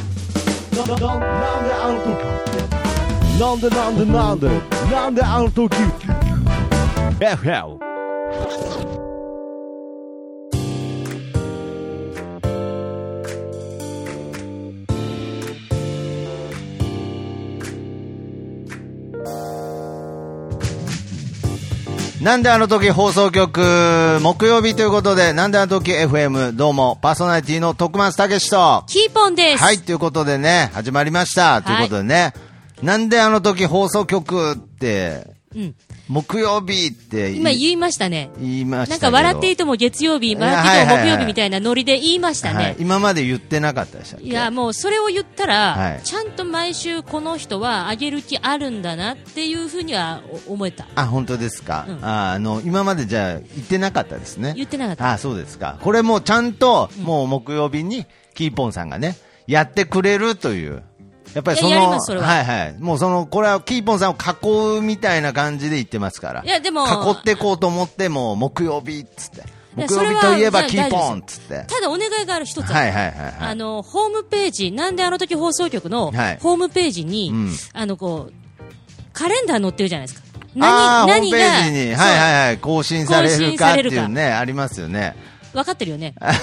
なんであの時なんでなんでなんでなんであの時 FM なんであの時放送局、木曜日ということで、なんであの時 FM、どうも、パーソナリティの徳松たけしと、はキーポンです。い、ということでね、始まりました、ということでね、なんであの時放送局って、うん。木曜日って今い言いましたね。言いましたなんけどか笑っていても月曜日、や笑っていてはいもはいはい木曜日みたいなノリで言いましたはいね。今まで言ってなかったでしたっけいや、もうそれを言ったら、はいちゃんと毎週この人はあげる気あるんだなっていうふうにはお思えた。あ、本当ですか、うんああの、今までじゃあ言ってなかったですね。言ってなかった。あそうですか。これもうちゃんと、もう木曜日に、キーポンさんがね、やってくれるという。やっぱりそいややりの、ますそれはいはい。もうその、これはキーポンさんを囲うみたいな感じで言ってますから。いやでも囲ってこうと思って、もう木曜日っつって。いや木曜日といえばそキれはーじゃあポンっつって。ただお願いがある一つある。はいはいはいはあい。の、ホームページ、なんであの時放送局のはいホームページに、うんあの、こう、カレンダー載ってるじゃないですか。あ何、ーホーム何ペが、ージに、はいはいはい、更新されるかって更新いさうね、ありますよね。 そう分かってるよね。あい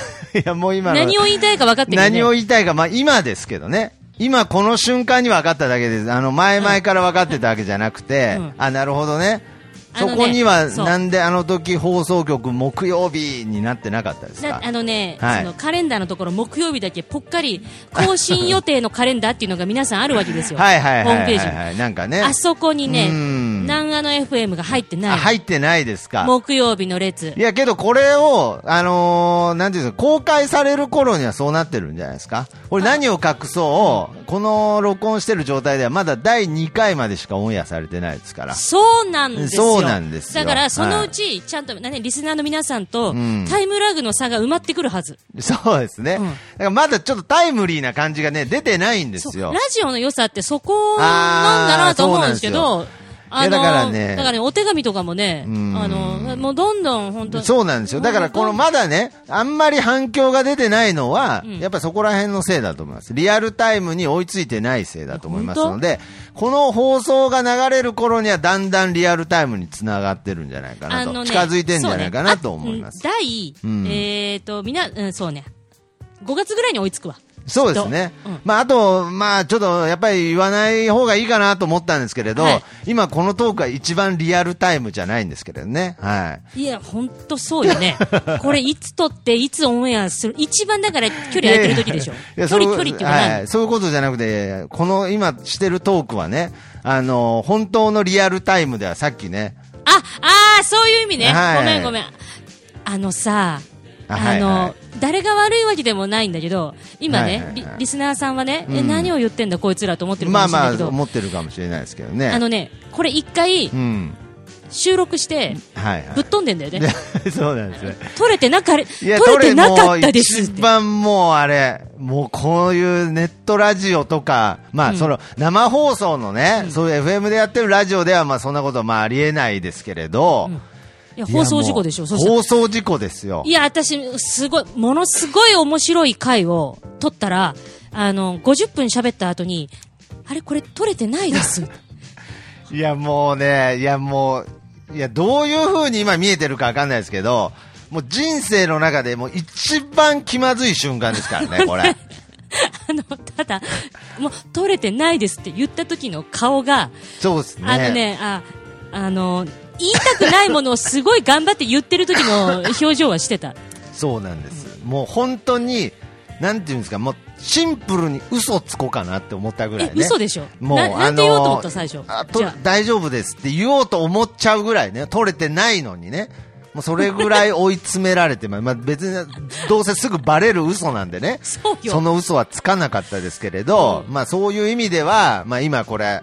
や、もう今の。何を言いたいか分かってるよね。何を言いたいか、まあ、今ですけどね。今この瞬間に分かっただけです。あの、前々から分かってたわけじゃなくて、うんあ、なるほどね。あそのねこには、そうなんであの時放送局木曜日になってなかったですなかあのね、はいそのカレンダーのところ、木曜日だけぽっかり更新予定のカレンダーっていうのが皆さんあるわけですよ、はいはいはいはい、ホームページにはい。なんかね。あそこにねう、んなんあの FM が入ってなあい、入ってないですか。木曜日の列い、や、けどこれを、あのーなんていうんですか、公開される頃にはそうなってるんじゃないですか。これ何を隠そう、この録音してる状態ではまだ第2回までしかオンエアされてないですから。そうなんですよ、そうなんですよだからそのうち、ちゃんと、ね、リスナーの皆さんとうんタイムラグの差が埋まってくるはず、 そうですね。うんだからまだちょっとタイムリーな感じがね、出てないんですそうよラ。ジオの良さってそこなんだなと思うんですけど、あーそうなんですよいやだからねだからね、お手紙とかもね、んあのもうどんどん本当、そうなんですよ。だからこのまだね、あんまり反響が出てないのは、んやっぱそこら辺のせいだと思います。リアルタイムに追いついてないせいだと思いますので、この放送が流れる頃にはだんだんリアルタイムにつながってるんじゃないかなと。近づいてんじゃないかなと思います。そうねあうんうん第、えっ、と、みな、うん、そうね。5月ぐらいに追いつくわ。そうですねきっとうん。まあ、あと、まあ、ちょっと、やっぱり言わない方がいいかなと思ったんですけれどはい、今このトークは一番リアルタイムじゃないんですけれどね。はい。いや、ほんとそうよね。 これ、いつ撮って、いつオンエアする。一番だから、距離空いてる時でしょい。や距離、距そう離っていうのはは何い、そういうことじゃなくて、この今してるトークはね、あの、本当のリアルタイムではさっきね、あ、あー、そういう意味ね。はいごめんごめん。あのさ、ああはいの、はい誰が悪いわけでもないんだけど、今ね、はいはいはいリリスナーさんはね、え、うん何を言ってんだこいつらと思ってるまあかもしれないまけあ、ど、思ってるかもしれないですけどね。あのね、これ一回うん。収録して、はいはい。ぶっ飛んでん だよね。そうなんですね。取れてなかれ、い取や、れてなもかうったですって一。番もうあれ、もうこういうネットラジオとか、まあその生放送のね、そういう FM でやってるラジオではまあそんなことはまあありえないですけれど、いや、放送事故でしいょ、やそもうしたら放送事故ですよい。や、私、すごい、ものすごい面白い回を撮ったら、あの、50分喋った後に、あれ、これ撮れてないです。 いや、もうね、いや、もう、いや、どういう風に今見えてるかわかんないですけど、もう人生の中でもう一番気まずい瞬間ですからね、こ れ。あの、ただ、もう、撮れてないですって言った時の顔が、そうですね。あのね、あ、あの、言いたくないものをすごい頑張って言ってる時の表情はしてた。そうなんです。もう本当に、なんていうんですか、もうシンプルに嘘つこうかなって思ったぐらいえね。、嘘でしょもう、ななんて言おうと思った、最初あ。とじゃあ大丈夫ですって言おうと思っちゃうぐらいね、取れてないのにね。もうそれぐらい追い詰められてます。まあ別に、どうせすぐバレる嘘なんでね。そうよの嘘はつかなかったですけれど、まあそういう意味では、まあ今これ、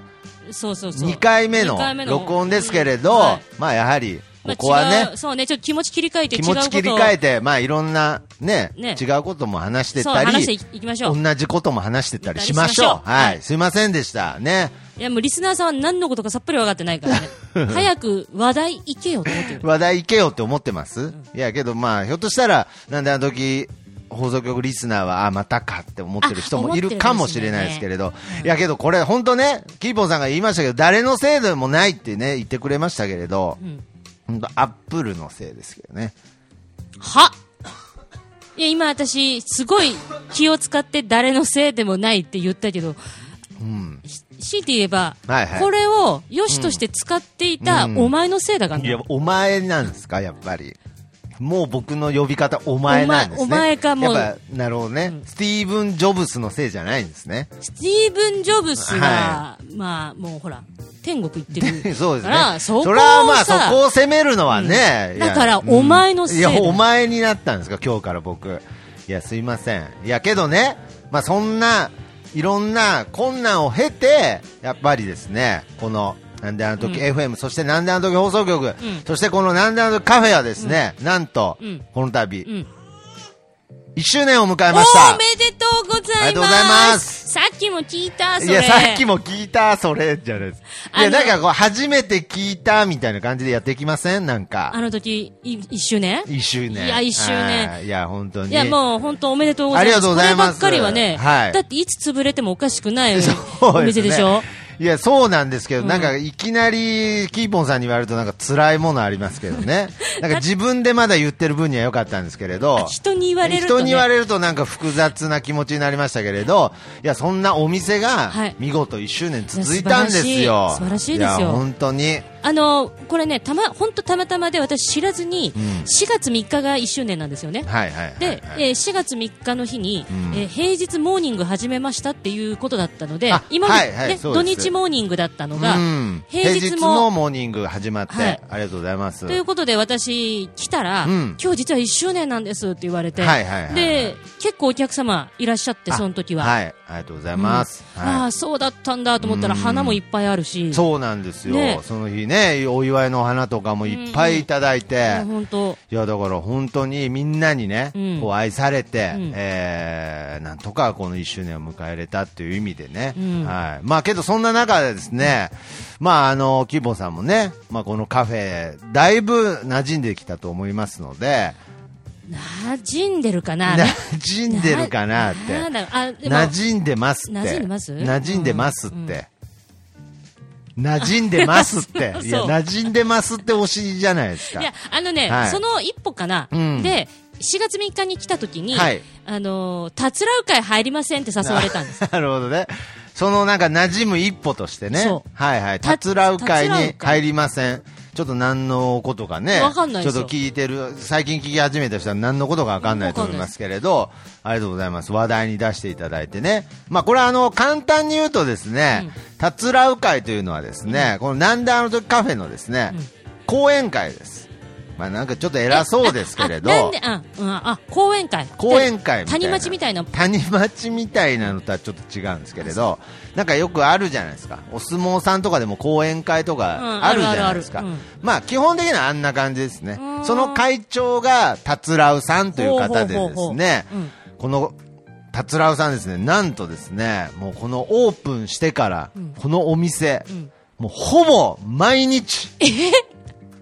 そうそうそう。 2回目の二回目の録音ですけれど、はいまあやはり、まあここはね、違うそうね、ちょっと気持ち切り替えて違気うこ持とをち切り替えて、まあいろんなね、ね違うことも話してそうた話してりい、きいきましょう。同じことも話してたりしましょう。ははいい。すいませんでした。ね。いや、もうリスナーさんは何のことかさっぱり分かってないから ね。早く話題いけよと思ってる。話題いけよって思ってます、いやけどまあひょっとしたらなんであの時放送局リスナーは、あ、またかって思ってる人あ思もっいてるるかもしれないですけれど、うんいやけどこれ、本当ね、キーポンさんが言いましたけど、誰のせいでもないってね、言ってくれましたけれど、ん本当、アップルのせいですけどね。はいや、今私、すごい気を使って誰のせいでもないって言ったけど、し強いて言えば、はいはいこれを良しとして使っていたうんお前のせいだからいね、や、お前なんですか、やっぱり。もう僕の呼び方、お前なんですね。お前お前かもうやっぱ、なるほどね、スティーブン・ジョブスのせいじゃないんですね。スティーブン・ジョブスが、はまあ、もうほら、天国行ってる そうですかねら、。そこをれはまあ、さそこを責めるのはね。うんいやだからうんお前のせいいだや、お前になったんですか、今日から僕。いや、すいません。いや、けどね、まあ、そんな、いろんな困難を経て、やっぱりですね、この、なんであの時 FM、そしてなんであの時放送局、そしてこのなんであの時カフェはですね、なんと、うんこの度、うん1周年を迎えおましたおめでとうございますありがとうございますさっきも聞いたそいれや、さっきも聞いた、それ、じゃないです。いあのや、なんかこう、初めて聞いた、みたいな感じでやっていきませんなんあか。の時い一周年一周年。いや一周年はい。いや、本当に。いやもう本当おめでとうございますありがとうございますこればっかりはね、はいだっていつ潰れてもおかしくないそうおす店ねでしょいや、そうなんですけど、うんなんか、いきなり、キーポンさんに言われると、なんか、辛いものありますけど ね。なんか、自分でまだ言ってる分には良かったんですけれど。人に言われると、ね、人に言われるとなんか複雑な気持ちになりましたけれど、いや、そんなお店がはい、見事1周年続いたんですよ。いや素晴らしい素晴らしいですよや本当に。あのこれねたま本当たまたまで私知らずに、ん4月3日が1周年なんですよねはいはいはい。で、えー4月3日の日に、んえー平日モーニング始めましたっていうことだったのであ今まで、はいはいね、そ土うです日モーニングだったのが、うん平日ものモーニング始まって、はいありがとうございます。ということで私来たら、うん今日実は1周年なんですって言われて、はいはいはいで結構お客様いらっしゃってあその時は、はい、ありがとうございます。うんあはあそうだったんだと思ったらうん花もいっぱいあるしい、そうなんですよ、ねその日ね、お祝いの花とかもいっぱいいただいて、本当いやだから本当にみんなにね、うんこう愛されて、うんえーなんとかこの1周年を迎えれたっていう意味でね、うんはいまあ、けどそんな中でですね、まあ、あのキーボンさんもね、まあ、このカフェ、だいぶ馴染んできたと思いますので、馴染んでるか な馴染んでるかなって。ななんだあでも馴染んでますって。馴染んでます馴染んでますって。馴染んでますって。いや、 そう馴染んでますって推しじゃないですか。いやあのね、はいその一歩かな、うんで4月3日に来た時に、はいあのーたつらう会入りませんって誘われた んですなるほどね。そのなんか馴染む一歩としてねそう。はいはい。たたつらう会たつらうに会入りません。ちょっと何のことかね。わかんないちでょっすよと聞いてる、最近聞き始めた人は何のことかわかんないと思いますけれど、ありがとうございます。話題に出していただいてね。まあこれはあの、簡単に言うとですね、たつらう会というのはですね、このなんであの時カフェのですね、講演会です。まあなんかちょっと偉そうですけれど。ああなんであ、うん、あ講演会講演会みたいな谷町みたいな谷町みたいなのとはちょっと違うんですけれどなんかよくあるじゃないですかお相撲さんとかでも講演会とうんかあるじゃないですか、あるあるあるまあ基本的にはあんな感じですねうんその会長がたつらうさんという方でほうほでうほうほすうねうんこのたつらうさんですねなんとですねもうこのオープンしてからんこのお店、んもうほぼ毎日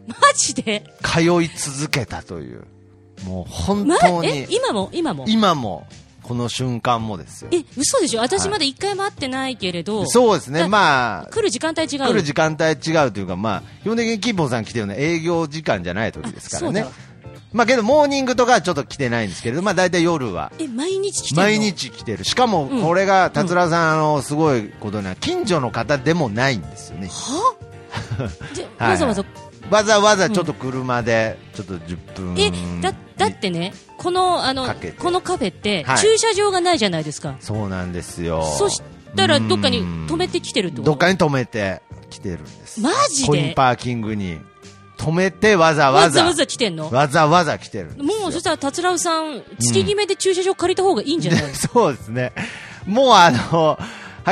マジで、通い続けたというもう本ま、当えに今も今も今もこの瞬間もですよえ嘘でしょ私まだ一回も会ってないけれど、そうですね、だまあ、来る時間帯違う来る時間帯違うというか、まあ、基本的にキーポンさん来てるのは営業時間じゃない時ですからあねそうだ。まあけど、モーニングとかはちょっと来てないんですけれど、まあ大体夜は。え毎日来てるの毎日来てる。しかも、これが、達郎さん、あの、すごいことには、近所の方でもないんですよね。はではいわざわざわざわざちょっと車で、ちょっと10分。えだだってねこのあのかけてこのカフェって、はい駐車場がないじゃないですかそうなんですよ。そしたらどっかに止めてきてるってことどっかに止めて来てるんです。マジでコインパーキングに止めてわざわわざ。ざわざ来てんのわざわざ来てるんですよもうそしたら達郎さん月決めで駐車場借りた方がいいんじゃない、でそうですね。もうあの、は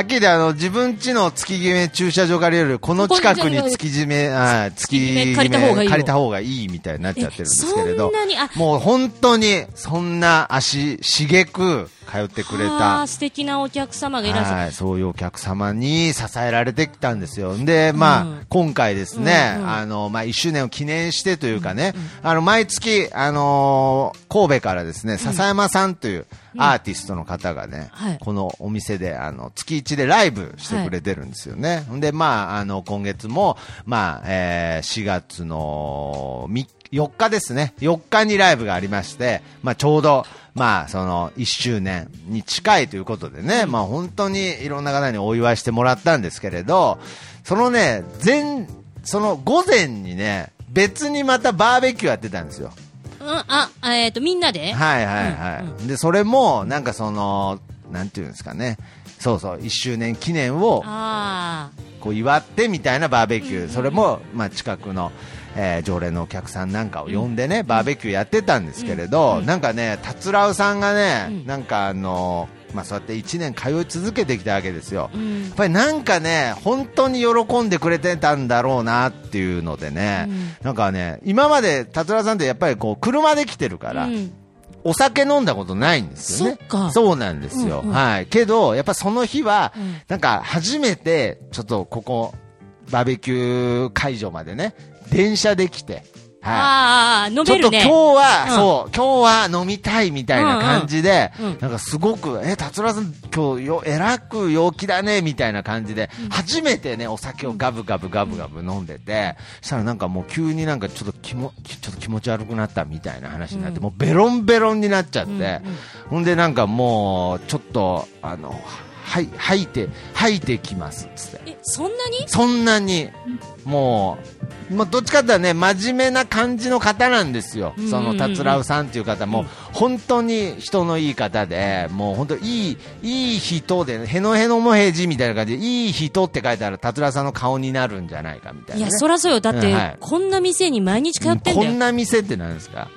っきりあの、自分家の月決め駐車場借りるより、この近くに月決め、あー月決め借りた方がいいよ借りた方がいいみたいになっちゃってるんですけれそどん、なにあもう本当に、そんな足しげく通ってくれあたー。素敵なお客様がいらっしゃる。はい、そういうお客様に支えられてきたんですよ。で、まあ、うん今回ですね、うんうんあの、まあ、1周年を記念してというかね、あの、毎月、あのー神戸からですね、笹山さんというアーティストの方がね、はいこのお店で、あの、月1でライブしてくれてるんですよね。で、まあ、あの、今月も、まあ、えー4月の3 4日ですね。4日にライブがありまして、まあちょうど、まあその1周年に近いということでね、まあ本当にいろんな方にお祝いしてもらったんですけれど、そのね、前、その午前にね、別にまたバーベキューやってたんですよ。うん、あ、えっ、と、みんなではいはいはい、でそれもなんかそのなんていうんですかねそうそう1周年記念をあこう祝ってみたいなバーベキュー、それも、まあ、近くの、えー常連のお客さんなんかを呼んでね、バーベキューやってたんですけれど、なんかね達郎さんがね、うんなんかあのまあ、そうやって1年通い続けてきたわけですよ、あ、うやんっ。ぱりなんかね、本当に喜んでくれてたんだろうなっていうのでね、なんかね、今まで達郎さんってやっぱりこう車で来てるから、うんお酒飲んだことないんですよね。そっかそうなんですよ。うんうんはい。けど、やっぱその日は、うんなんか初めて、ちょっとここ、バーベキュー会場までね、電車で来て、はああ、飲い。ちょめっとる今ね。日は、うんそう、今日は飲みたいみたいな感じで、うんうんうんなんかすごく、え、達郎さん今日よ、偉く陽気だね、みたいな感じで、初めてね、お酒をガブガブガブガブ飲んでて、したらなんかもう急になんかちょっと気も、ちょっと気持ち悪くなったみたいな話になって、うんもうベロンベロンになっちゃって、うんうんほんでなんかもう、ちょっと、あの、はい、吐いて、吐いてきます、つって。え、そんなにそんなに、もう、まあ、どっちかっていうとね、真面目な感じの方なんですようんう、んその達郎さんっていう方も、本当に人のいい方で、もう本当、いい、いい人で、へのへのもへじみたいな感じで、いい人って書いたら、達郎さんの顔になるんじゃないかみたいいな、ね。や、そらそうよ。だって、うんはいこんな店に毎日通ってんこだよ。こんんな店ってなんですか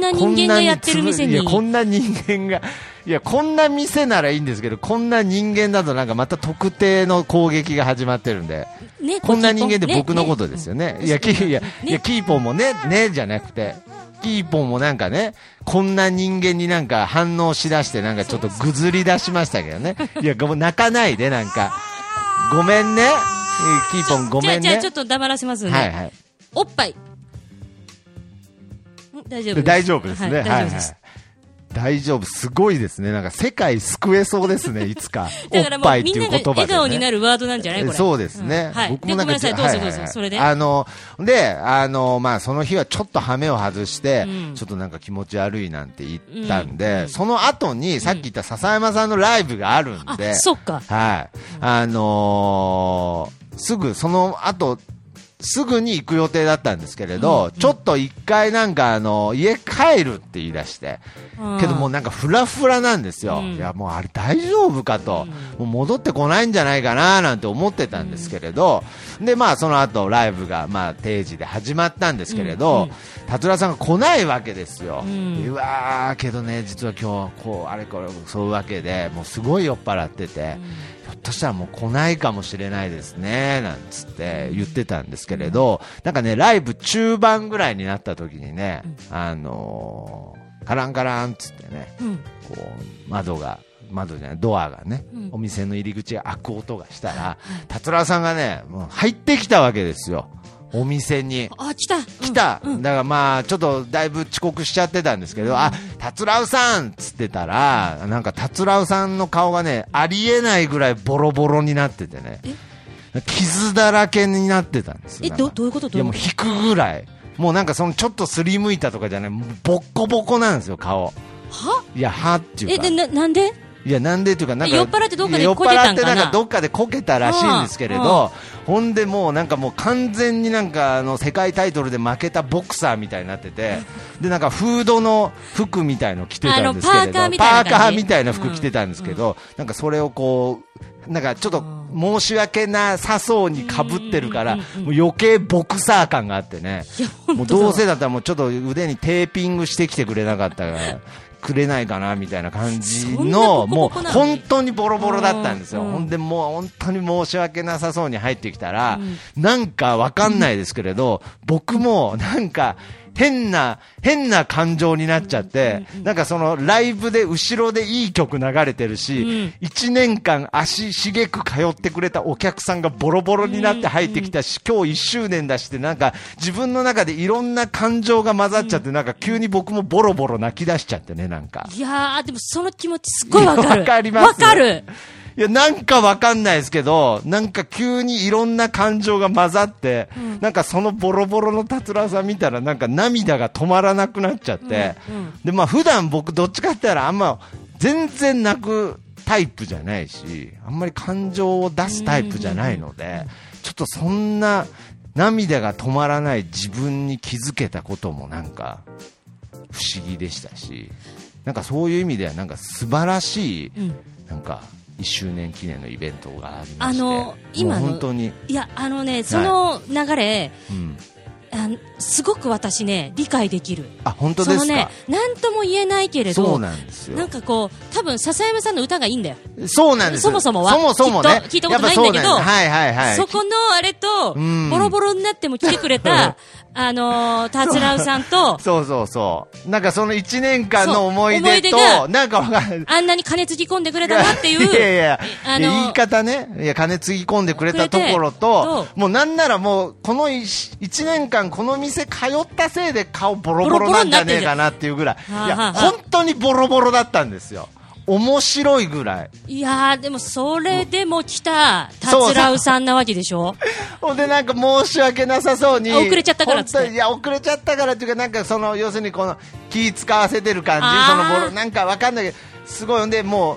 な人間がやってる店に。こんなにつぶいやこんな人間がいやこんな店ならいいんですけどこんな人間だとなんかまた特定の攻撃が始まってるんでね、こんな人間でね僕のことですよね。いや、キいや、いや、キーポンもね、ね、じゃなくて、キーポンもなんかね、こんな人間になんか反応しだして、なんかちょっとぐずり出しましたけ どね。いや、ごめん泣かないで、なんか。ごめんね。えーキーポンごじゃめあ、んじゃあ、ねちょ。っと黙らせますね。はいはい。おっぱい。ん大丈夫です。大丈夫ですね。はい、大丈夫です。大丈夫、すごいですね。なんか世界救えそうですね、いつか。お だっからも、ぱいうってみんいなうが言葉で、ね。笑顔になるワードなんじゃないこれ。そうですねん。はい。で、僕ごもめなんんなかさい、どうぞどうぞ。それで。あの、で、あの、まあ、その日はちょっと羽目を外して、うんちょっとなんか気持ち悪いなんて言ったんで、その後に、さっき言った笹山さんのライブがあるんあで、、そっか。はい。あのーすぐ、その後、すぐに行く予定だったんですけれど、ちょっと一回なんかあの、家帰るって言い出して、けどもうなんかフラフラなんですよ、うんいやもうあれ大丈夫かと、もう戻ってこないんじゃないかななんて思ってたんですけれど、でまあその後ライブがまあ定時で始まったんですけれうど、ん達郎さんが来ないわけですよ、ううんわー、けどね、実は今日こうあれこれ、そういうわけで、もうすごい酔っ払ってて、ひょっとしたらもう来ないかもしれないですねなんつって言ってたんですけれど、なんかね、ライブ中盤ぐらいになった時にね、あのーカランカランっつってね、うん。こう窓が窓じゃないドアがね、うんお店の入り口が開く音がしたら達郎さんがねもう入ってきたわけですよお店にあ、来た。来た、うんうんだからまあちょっとだいぶ遅刻しちゃってたんですけど、あ達郎さんっつってたらなんか達郎さんの顔がねありえないぐらいボロボロになっててね傷だらけになってたんですよえ、なんかど、どういうこといどうやいもうこうと引くぐらい、もうなんかそのちょっとすりむいたとかじゃない、もうボッコボコなんですよ、顔。はいや、はっていえ、うかで、、な、なんでいや、なんでというか、なんか酔っ払ってどっかでいや酔っこけたんかな払ってなんかどっかでこけたらしいんですけれど、ほんでもうなんかもう完全になんかあの世界タイトルで負けたボクサーみたいになって て、でなんかフードの服みたいの着てたんですけれど、あのパーカーみたいな感じパーカーみたいな服着てたんですけど、なんかそれをこう、なんかちょっと申し訳なさそうにかぶってるから、もう余計ボクサー感があってね。いや、も本う当どうせだったらもうちょっと腕にテーピングしてきてくれなかったから。くれないかなみたいな感じそんなボコの、ボもコうなの本当にボロボロだったんですよ。うんほんでもう本当に申し訳なさそうに入ってきたら、なんかわかんないですけれど、僕もなんか変な、変な感情になっちゃって、なんかそのライブで後ろでいい曲流れてるし、一年間足しげく通ってくれたお客さんがボロボロになって入ってきたし、今日一周年だしってなんか自分の中でいろんな感情が混ざっちゃって、なんか急に僕もボロボロ泣き出しちゃってね、なんか。いやー、でもその気持ちすごいわかる。わかりますわかる。いや、なんかわかんないですけど、なんか急にいろんな感情が混ざって、なんかそのボロボロの達郎さん見たら、なんか涙が止まらなくなっちゃって、で、まあ普段僕どっちかって言ったらあんま全然泣くタイプじゃないし、あんまり感情を出すタイプじゃないので、ちょっとそんな涙が止まらない自分に気づけたこともなんか不思議でしたし、なんかそういう意味ではなんか素晴らしい、うんなんか1周年記念のイベントがありまあして、の今のもう本当に、いや、あのね、その流れ、うん、あのすごく私ね、理解できる。あ本当ですそのねか、なんとも言えないけれど、そうなんですよなんかこう、多分笹山さんの歌がいいんだよ。そうなんですそもそもはそもそもねきっと聞いたことないんだけどやっぱそうなんですはいはいはいそこのあれと、うんボロボロになっても来てくれた、 あのー、達郎さんと、そうそうそうなんかその1年間そうの思い出と思い出がなんかわかんないあんなに金つぎ込んでくれたなっていう、やいやあいやのー言い方ね、いや金つぎ込んでくれたくとれてころと、そもうなんならもう、この一一年間、この店通ったせいで顔ボロボロなんじゃねえかなっていうぐらい、ボロボロいにやなってんじゃんはあはあ本当にボロボロだったんですよ、面白いぐらい。いやー、でもそれでも来た、達郎さんなわけでしょ ほんで、なんか申し訳なさそうに。あ遅れちゃったからっつって本当にいや、遅れちゃったからっていうか、なんかその、要するにこの、気使わせてる感じ、そあーのボロ、なんかわかんないけど、すごい、ほんで、もう、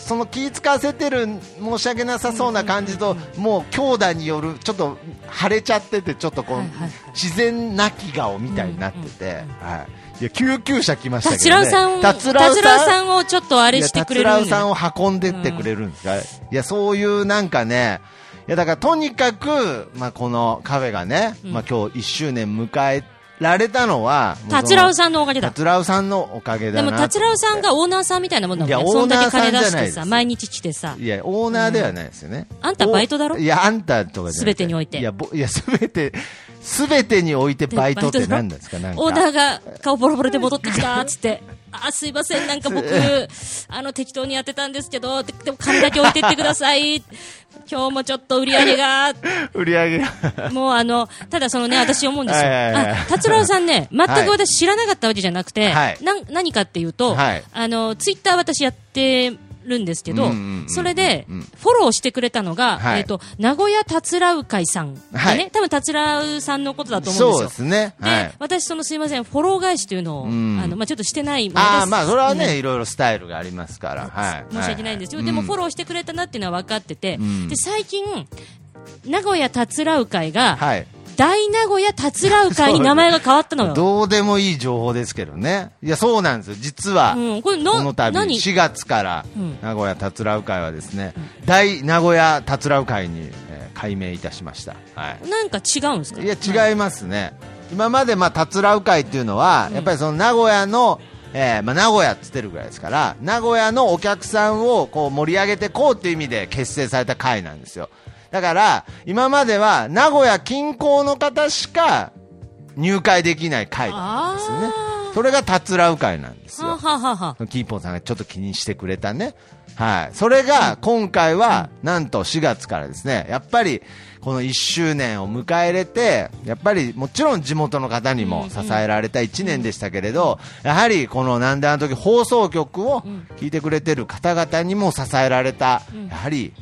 その気使わせてる申し訳なさそうな感じと、もう強打によるちょっと腫れちゃっててちょっとこう、はいはいはい自然なき顔みたいになってて、はい、いや救急車来ましたけ達ど、郎ね、さん、達郎さんをちょっとあれしてくれるいやん達郎さんよ。を運んでってくれるんですか、いやそういうなんかねいやだからとにかく、まあ、このカフェがね、まあ、今日1周年迎えられたのは達郎んさんのおかげだ。達郎さんのおかげでだなも達郎さんがオーナーさんみたいなもんだもんね。いやそんだけ金オーナーさんじゃ出しないてですさ、毎日来てさ。いやオーナーではないですよね、あんたバイトだろおいやあんたとかじゃなく全てにおいていやぼいや全て全てにおいてバイトって何ですかなんかオーナーが顔ボロボロで戻ってきたっ つって、あ、すいません、なんか僕、あの、適当にやってたんですけど、ででも金だけ置いてってください。今日もちょっと売り上げが、売り上げがもうあの、ただそのね、私思うんですよ。はいはいはいあ、達郎さんね、全く私知らなかったわけじゃなくて、はいなん何かっていうと、はいあの、ツイッター私やって、るんですけうど、んうんうんうんそれで、フォローしてくれたのが、はいえっ、と、名古屋達郎会さんがね、はい多分達郎さんのことだと思うんですよ。そうですねで、はい私、そのすいません、フォロー返しというのを、んあのまあ、ちょっとしてないものですああまあそれはね、うんいろいろスタイルがありますから、はい、申し訳ないんですよ、はでもフォうんローしてくれたなっていうのは分かってて、んで最近、名古屋たつらう会が、はい大名古屋たつらう会に名前が変わったのよ。どうでもいい情報ですけどね。いや、そうなんですよ。実は、うんこれなこの度、何4月からうん、名古屋たつらう会はですね、大名古屋たつらう会に、えー改名いたしました。はい。なんか違うんですかいや違いますね、今までまあたつらう会っていうのは、やっぱりその名古屋の、えーまあ、名古屋っつってるぐらいですから名古屋のお客さんをこう盛り上げてこうっていう意味で結成された会なんですよだから今までは名古屋近郊の方しか入会できない会だったんですよねあーそれがたつらう会なんですよはあ、はあはあはあ、キーポンさんがちょっと気にしてくれたね。はい。それが、今回は、なんと4月からですね、やっぱり、この1周年を迎え入れて、やっぱり、もちろん地元の方にも支えられた1年でしたけれど、やはり、このなんであの時放送局を聞いてくれてる方々にも支えられた、やはり、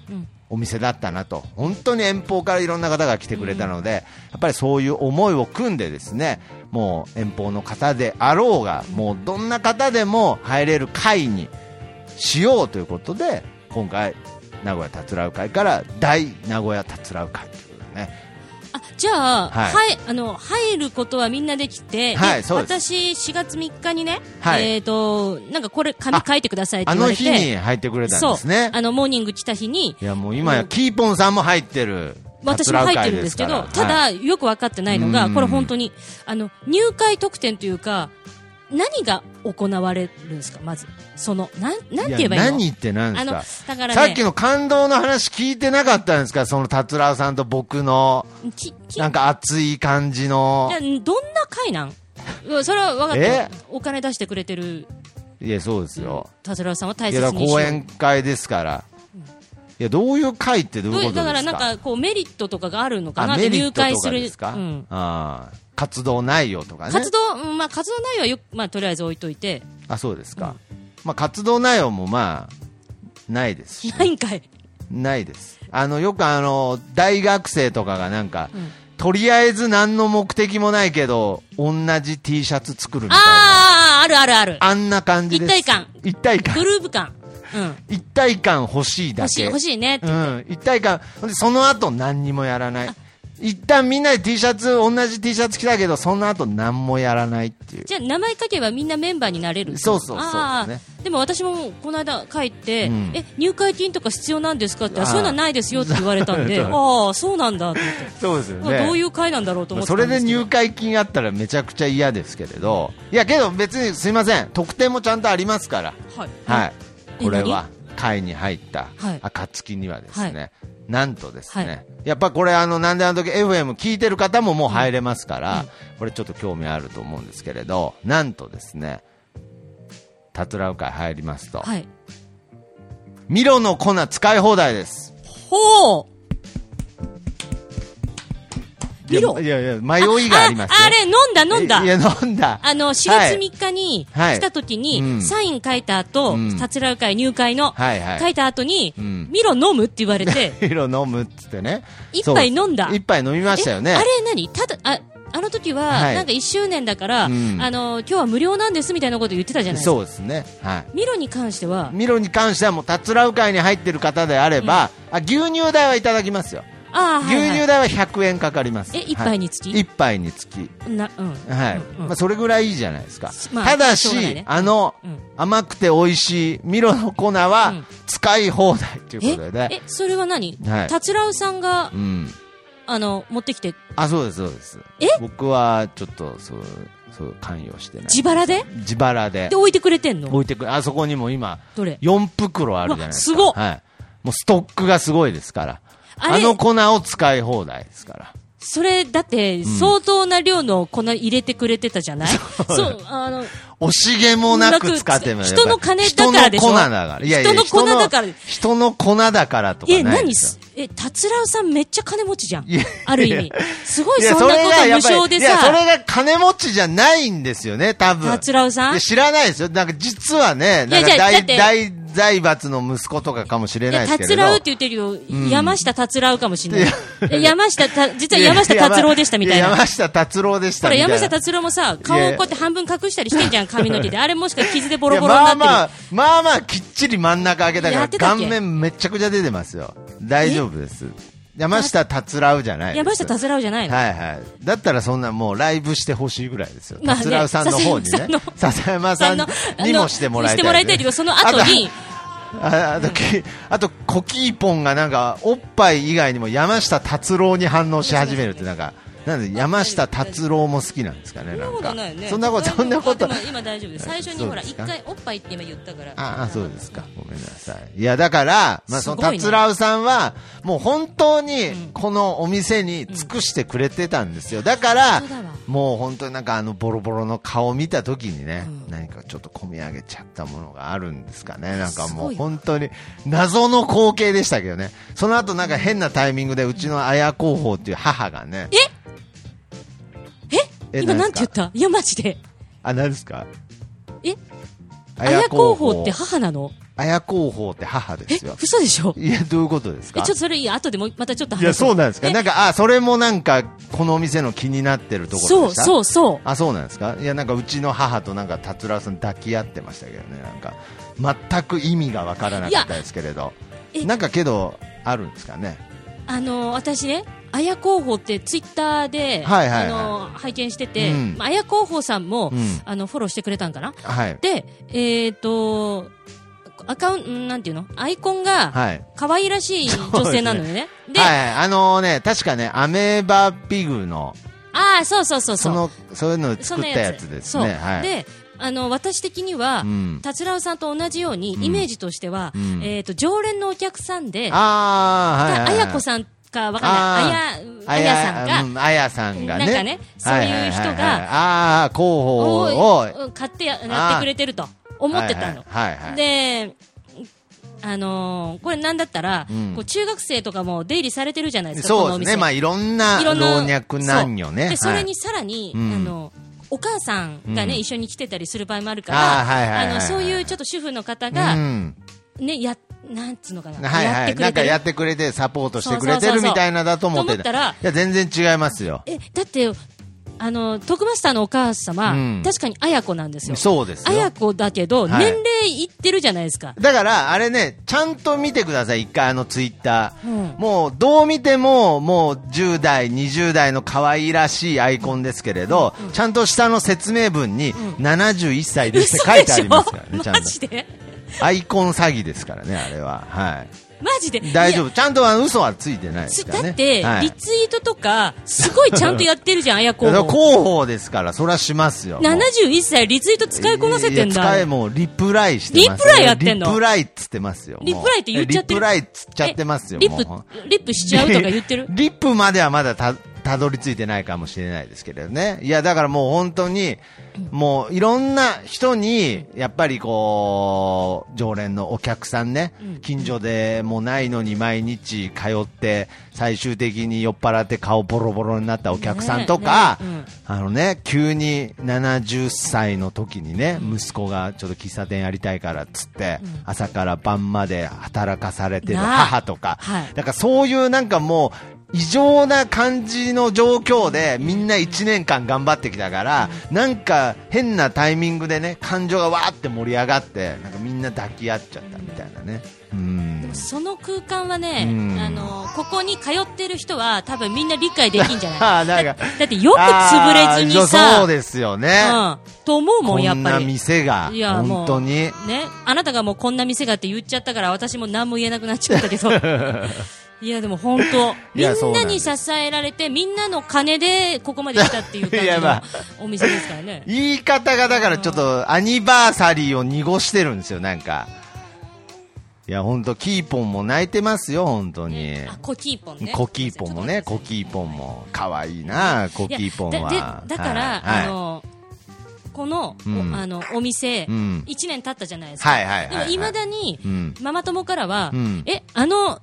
お店だったなと、本当に遠方からいろんな方が来てくれたので、やっぱりそういう思いを組んで、ですねもう遠方の方であろうが、もうどんな方でも入れる会にしようということで、今回、名古屋たつらう会から大名古屋たつらう会ということでね、あじゃあ、ははいい、あの入ることはみんなできて、はいでそうです私4月3日にね、はいえっ、となんかこれ紙書いてくださいってあ言わのれて、日に入ってくれたんですねそう。あのモーニング来た日にいやもう今やキーポンさんも入ってる、私も入ってるんですけど、たつらう会たからだ、はいよく分かってないのが、うんこれ本当に、あの、入会特典というか、何が行われるんですか、まず。その、なん、なんて言えばいいのや何ってなんですあのか、だからね、さっきの感動の話聞いてなかったんですかその達郎さんと僕の、ききなんか熱い感じのいや。どんな会なんうんそれは分かってえるお金出してくれてるいや、そうですよ。達郎さんは大い切や、にだからしよう講演会ですから。いや、どういう会ってどうどういういことうでだすかからなんかこうメリットとかがあるのかなあっメてリッ入ト会とすかるですか、うんあー活動内容とかね。活動、うんまあ、活動内容はよく、まあ、とりあえず置いと いて、あ、そうですか。まあ、活動内容もまあ、ないですし、ないんかい、ないです。あの、よくあの、大学生とかがなんか、とりあえず何の目的もないけど、同じ T シャツ作るみたいな。ああ、あるあるある、あんな感じです。一体感。一体グ感。ループ感、うん、一体感欲しいだ欲しいけ。欲しいねって、うん、一体感、ほんでその後何にもやらない、一旦みんなで T シャツ、同じ T シャツ着たけど、その後何もやらないっていう、じゃあ、名前書けばみんなメンバーになれるそうそうそうあーねでも私もこの間書いて、うんえ入会金とか必要なんですかって、ああーそういうのはないですよって言われた んで、ああ、そうなんだと思って、そうですよどういう会なんだろうと思ってそたれんでですけど入会金あったらめちゃくちゃ嫌ですけれど、いや、けど別にすいません、特典もちゃんとありますから、はい、はい、えこれは会に入ったはい暁にはですね、なんとですね、はやっぱこれ、あのなんであの時 FM 聞いてる方ももう入れますから、これちょっと興味あると思うんですけれど、なんとですね、たつらう会入りますと、はい、ミロの粉使い放題です。ほう、ミロいやいや、迷いがありますよああれ、飲んだ、飲んだい。や、飲んだ。あの、4月はい3日にはい来た時に、うんサイン書いた後うん、たつらう会入会の、はいはい書いた後に、うん、ミロ飲むって言われてミロ飲むっつってね。一杯飲んだそう一杯飲みましたよね。えあれ何ただ、あ、あの時は、はいなんか1周年だから、うんあの、今日は無料なんですみたいなこと言ってたじゃないですか。そうですね。はい。ミロに関しては、ミロに関してはもう、たつらう会に入ってる方であれば、あ、牛乳代はいただきますよ。ああ、はい、はい。牛乳代は100円かかります。え一杯につきはい一杯につき。な、うん。はい。うんうんまあ、それぐらいいいじゃないですか。まあただしょうがないしね、あのうん、甘くて美味しいミロの粉うはん、使い放題ということでね。ええ、それは何はいたつらうさんがう、ん。あの、持ってきて、あ、そうです、そうです。え僕は、ちょっと、そう、そう、関与してない。自腹で自腹でで。置いてくれてんの置いてくる。あそこにも今、どれ4袋あるじゃないですか。うわすごっはい。もうストックがすごいですから。ああれの粉を使い放題ですから。それ、だって、相当な量の粉入れてくれてたじ ゃないそう、あの、惜しげもなく使ってます。なく人の金だからでしょ人の粉だから。いやいや人の粉だから人の人の粉だからとかないえ、何ですす、え、達郎さんめっちゃ金持ちじゃんいや。ある意味。すごいよ。そんなこと無やっぱり償でいや、それさ、が金持ちじゃないんですよね、多分。達郎さいんや知らないですよ。なんか実はね、なんいやかいやだっ大、て大財閥の息子とかかもしれないですけ達れど。郎って言ってるよ。山下達郎かもしれない。え山下た、実はいや山下達郎でしたみたいやな。山下達郎でしほたみたら、いな。山下達郎もさ、顔をこうやって半分隠したりしてんじゃん、髪 の毛で。あれもしかして傷でボロボロにいなやってる。まあまあ、まあまあ、きっちり真ん中開けたやかっら、てたっ顔け面めちゃくちゃ出てますよ。大丈夫です。山下達郎じゃないです。山下達郎じゃないのはいはい。だったらそんなもうライブしてほしいぐらいですよ。まあね達郎さんの方にね。笹山さんのにもしてもらいたいですね、してもらいたいけど、その後に、ああと、きあと、コキーポンがなんか、おっぱい以外にも山下達郎に反応し始めるって、なんか、なんで山下達郎も好きなんですかね、なそんんなことかないよ。ねそんなこと、そんなことあで。も今大丈夫です。最初にほら、そうです一か回おっぱいって今言ったから。ああ、そうですか。ごめんなさい。いや、だから、まあ、その、すごいね達郎さんは、もう本当に、このお店に尽くしてくれてたんですよ。だからそうだわ、もう本当になんかあの、ボロボロの顔を見た時にね、何かちょっと込み上げちゃったものがあるんですかね。なんかすもごういわ本当に、謎の光景でしたけどね。その後なんか変なタイミングで、うちの綾広報っていう母がね、え今な何んでてすか言ったいや、マジで。あ、何ですかえ綾綾広候報っ補ってて、母なの綾広報って母でえすよ。嘘でしょいや、どういうことですえちょかっとそれいい後でもうまたちょっと話いや、そうなんですか。えなんか、あ、それもなんか、このお店の気になってるところそでうした。。そううそあ、そうなんですか。いや、なんか、うちの母となんか、達郎さん抱き合ってましたけどね、なんか。全く意味がわからなかったですけれどい。やえなんか、けど、あるんですかね。うあのー私ね綾候補ってツイッターで、はいはいはいあのー拝見してて、うんまあ、綾候補さんも、うんあのフォローしてくれたんかなはい。でえっ、とアカウントなんていうのアイコンがはい。可愛らしい女性なのよねではい、あのね、確かね、アメーバピグの、ああそうそうそうそそうの、そういうのをそ作んったなやつですそうね。はい。であの私的には、うん達郎さんと同じように、イメージとしては、うんえー、と常連のお客さんで、ああ、はいはいはい。あやこさんかわかんない。あや、あやさんが、が。あやさんがね。なんかねそういう人がははははああ、広報を。おい買ってややってくれてると思ってたの。はいはいはいはいで、あのーこれなんだったら、んこう中学生とかも出入りされてるじゃないですか、こそのおうで店。すね。まあ、いろんないろんな老若男女ね。そうで、そはれいにさらに、んあの、お母さんがね、一緒に来てたりする場合もあるかあーはいはいら、はいあはいの、そういうちょっと主婦の方うが、んね、や、なんつうのかな、はいやっはてい。くなれんかてやるっ。てくれて、サポートしてくれてそうそうそうるそうみたいなだと思ってと思ったらいや、全然違いますよ。え、だって、あの、徳マスターのお母様、うん確かに綾子なんですよ。そうですよ綾子だけど、はい年齢いってるじゃないですか。だから、あれね、ちゃんと見てください、一回あのツイッター。うんもう、どう見ても、もう、10代、20代の可愛らしいアイコンですけれど、ちゃんと下の説明文に、71歳ですって書いてありますからね、ちゃマんと。ジでアイコン詐欺ですからね、あれは。はい。マジで大丈いや夫。ちゃんとは嘘はついてないですすからね。だって、はいリツイートとか、すごいちゃんとやってる じゃん、綾子だからも。広報ですから、それはしますよ。もう71歳リツイート使いこなせてんいや使えだ。もうリプライしてます。リプライやってんのリプライっつってますよ。もうリプライって言っちゃっリてるプライっつっちゃってますよ。えリもッうプ、リップしちゃうとか 言ってるリップまではまだた、たどり着いてないかもしれないですけどね。いや、だからもう本当に、もういろんな人に、やっぱりこう、常連のお客さんね、近所でもないのに毎日通って、最終的に酔っ払って顔ボロボロになったお客さんとか、ねねうんあのね、急に70歳の時にね、息子がちょっと喫茶店やりたいからっつって、朝から晩まで働かされてるなあ母とか、はいなんかそういうなんかもう、異常な感じの状況で、みんな1年間頑張ってきたから、なんか変なタイミングでね、感情がわーって盛り上がって、なんかみんな抱き合っちゃったみたいなね。うん。その空間はね、うんあの、ここに通ってる人は多分みんな理解できんじゃ ああないなんかだだってよく潰れずにあーそうさ、ですよね。うん、と思うもん、やこっんぱなり。店が、いやもう本当に。ね、あなたがもうこんな店がって言っちゃったから私も何も言えなくなっちゃったけ どいやでも本当いみんやそうななんでに支すえられてみんなの金でここまで来たっていう感いじやまあのお店ですからね言い方がだからちょっとアニバーサリーを濁してるんですよ、なんか。いや、ほんと、キーポンも泣いてますよ、本当に。あコキーポンねコキーポンもね、コキーポンも。可愛いな、コいキやーポンは。だでだから、はいあ、のこの,うお、んあのお店、うん一1年経ったじゃないですか、はいはいはいはいでもいまだに、うんママ友からは、うんえあの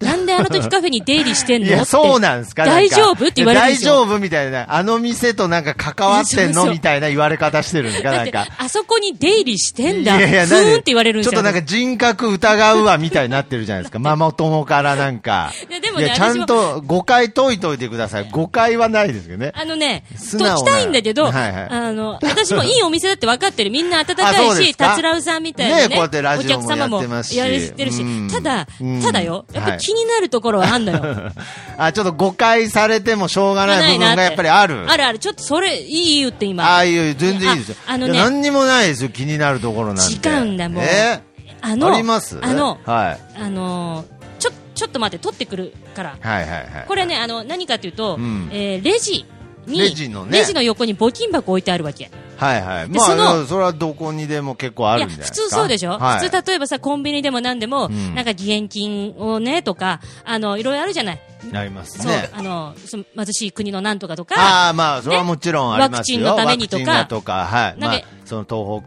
なんであの時カフェに出入りしてんはいのいや、ってそうなんですか大丈夫って言われるんんでですすよ大丈夫みたいな。あの店となんか関わってんそうのそうみたいな言われ方してるんですかだなんって、か。あそこに出入りしてんだ。いやいやふーんって言われるんちじょっとゃん。なんか人格疑うわ、みたいになってるじゃないです か。ママ友からなんか。いやでもねいやちゃん私と誤解解いといてください。誤解はないですよ ね。あのね、素と直なきたいんだけど、はいはいあの、私もいいお店だって分かってる。みんな温かあそういですし、かたつらうさんみたいなねね。えこうやってラジオもお客様やってますしやり知ってるしうん。ただうん、ただよ。やっはぱい気になるところはあ んのよ。あ、ちょっと誤解されてもしょうがない部分なっがてやっぱりある。あるある。ちょっとそれ、いい言って今。ああいう、全然いいですよ。ああのねいや何にもないですよ、気になるところなんて。違うんだもんえあの、ありますあの、はい。あの、ちょ、ちょっと待って、取ってくるから。はいはいはい。これね、あの、何かというとうん、えーレジに、レジのねレジの横に募金箱置いてあるわけ。はいはい。でまあ、そのでもそれはどこにでも結構あるんじゃないや、で普すか。通そうでしょ、はい普通例えばさ、コンビニでも何でも、んなんか義援金をね、とか、あの、いろいろあるじゃない。なりますそう、ね。あの、その貧しい国のなんとかとか、ああ、まあ、それはもちろんありますよ。ワクチンのためにとかワクチンがとか、はい。なんまあ、かその東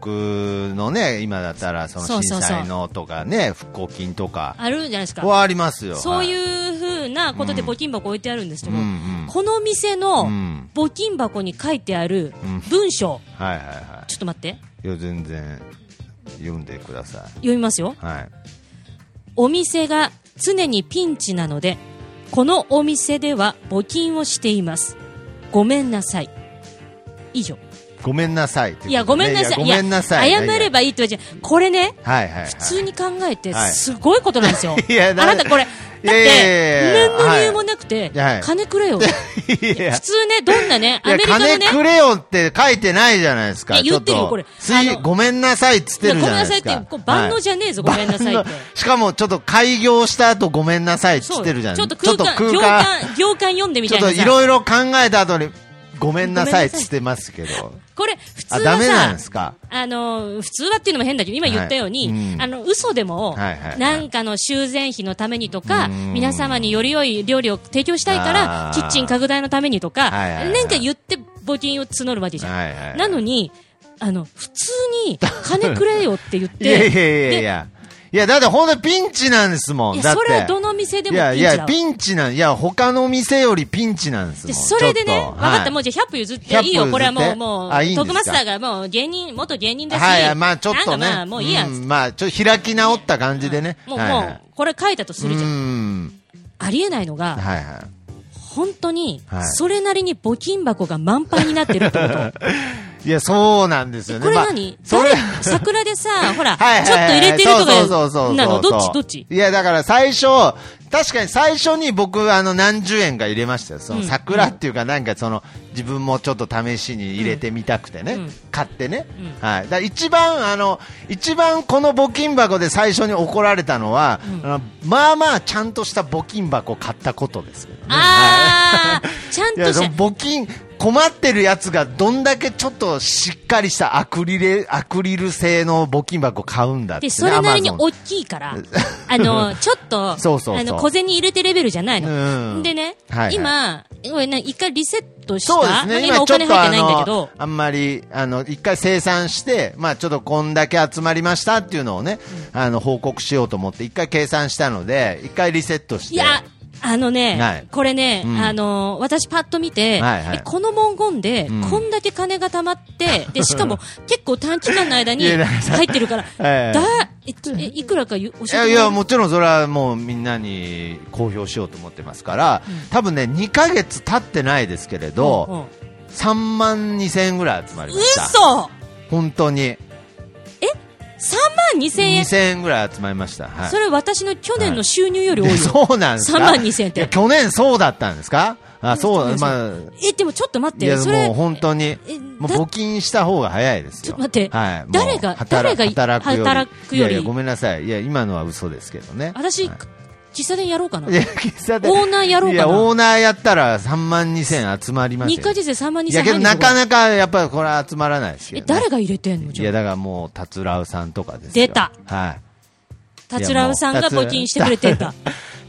北のね、今だったら、その震災のとかね、復興金とか、あるじゃないですか。はありますよ。そうう。いうふうなことで募金箱置いてあるんですけど、うんうんこの店のうん募金箱に書いてある文章、はいはいはちょっと待って、い。いや、全然、読んでください。読みますよ。はい。お店が常にピンチなので、このお店では募金をしています。ごめんなさい。以上。ごめんなさいってことね。いや、ごめんなさい。ごめんなさい。や謝ればいいってわけじゃないこれね、はいはいはい。普通に考えて、はいすごいことなんですよ。 いやあだなたこれ、だっいて、やいやいやいや何の理由もなくてはい、金くれよ。いや普通ね、どんなね、アメリカのねいや、、金くれよって書いてないじゃないですか。いや言ってるよちょとこれすあいのごめんなさいっつってるじゃないですいやか。ごめんなさいってこう万能じゃねえぞごめんなさいって万能しかもちょっと開業した後ごめんなさいっつそっうてるじゃないちょっと空間、ちょっと行間、行間読んでみちょったいなといさ。ろいろ考えた後に、ごめんなさいっつってますけど。これ、普通あ、はダメなんさですか。あの、普通はっていうのも変だけど、今言ったように、はいうんあの、嘘でも、はいはいはいなんかの修繕費のためにとか、うん皆様により良い料理を提供したいからあ、ーキッチン拡大のためにとはいか、はいはいなんか言って募金を募るわけじゃん。はいはいはいなのに、あの、普通 に、金くれよって言って、いやいやいやいや。いや、だってほんとピンチなんですもいん。やだって。それはどの店でもいやいピンチだや、わピンチなん、いや、他の店よりピンチなんですもで、ん。それでちね、ょ分とかっはた、いもうじゃあ100歩譲っ100て、いいよ、歩これは譲もってう、もう、あいいんですかトークマスターがもう芸人、元芸人だし、はいはい、まあちょっとなんかまね。あもういいや、んまあちょっと開き直った感じでね。もう、はいはいもう、これ書いたとするじゃ。うんん。ありえないのが、はいはい。本当にはい、それなりに募金箱が満杯になってるっ てこと。いや、そうなんですよね。これまあ何、それ、誰桜でさ、ほら、ちょはいっはいと入れてるとはいそうそうそうそか、うなのどっちどっちいや、だから最初、確かに最初に僕、あの、何十円か入れましたよ。そのうん桜っていうか、なんかその、自分もちょっと試しに入れてみたくてね。うん買ってね。うはい。だから一番、あの、一番この募金箱で最初に怒られたのは、あのまあまあ、ちゃんとした募金箱買ったことですけどね。あー、ちゃんいやとしそたの。募金困ってるやつがどんだけちょっとしっかりしたアクリルアクリル製の募金箱買うんだって、ね、で、それなりに Amazon 大きいから、あの、ちょっと、そうそうそうあの、小銭入れてレベルじゃないうんの。でね、はいはい今、これね一回リセットした、そうですなんねか今今おちょっ金と入っあてないんだけどの、あんまりあの一回生産してまあちょっとこんだけ集まりましたっていうのをね、あの報告しようと思って一回計算したので一回リセットしていや、あのね、はいこれね、うんあの、私パッと見て、はいはいえこの文言で、うんこんだけ金が貯ま って、で、しかも結構短期間の間にいやだから入ってるから、ええだ、えちょえいくらか言う教えていもらやえいるや、もちろんそれはもうみんなに公表しようと思ってますから、多分ね、2ヶ月経ってないですけれど、うんうん3万2千円ぐらい集まりました。嘘本当に !3 万2千円2000円ぐらい集まりました、はい、それ私の去年の収入より多いよ。でそうなんですか3万2000っていや去年そうだったんですかあそううんまあえ、でもちょっと待っいて、やそれ、もう本当にえもうだ募金した方が早いですちょよっと待ってはい、もう誰が働誰が働くより働くよりいやいやごめんなさいいや今のは嘘ですけどね私、は喫茶店やろうかな。いいや喫茶店オーナーやろうかなやいオーナーやったら3万2000集まりますよ2ヶ月で3万2い千やけど円なかか。なかやっぱりこれは集まらないですけえ、ど、ね、誰が入れてんのいじゃやあ。だからもう達郎さんとかですよ出たはい達郎さんが募金してくれてんだ。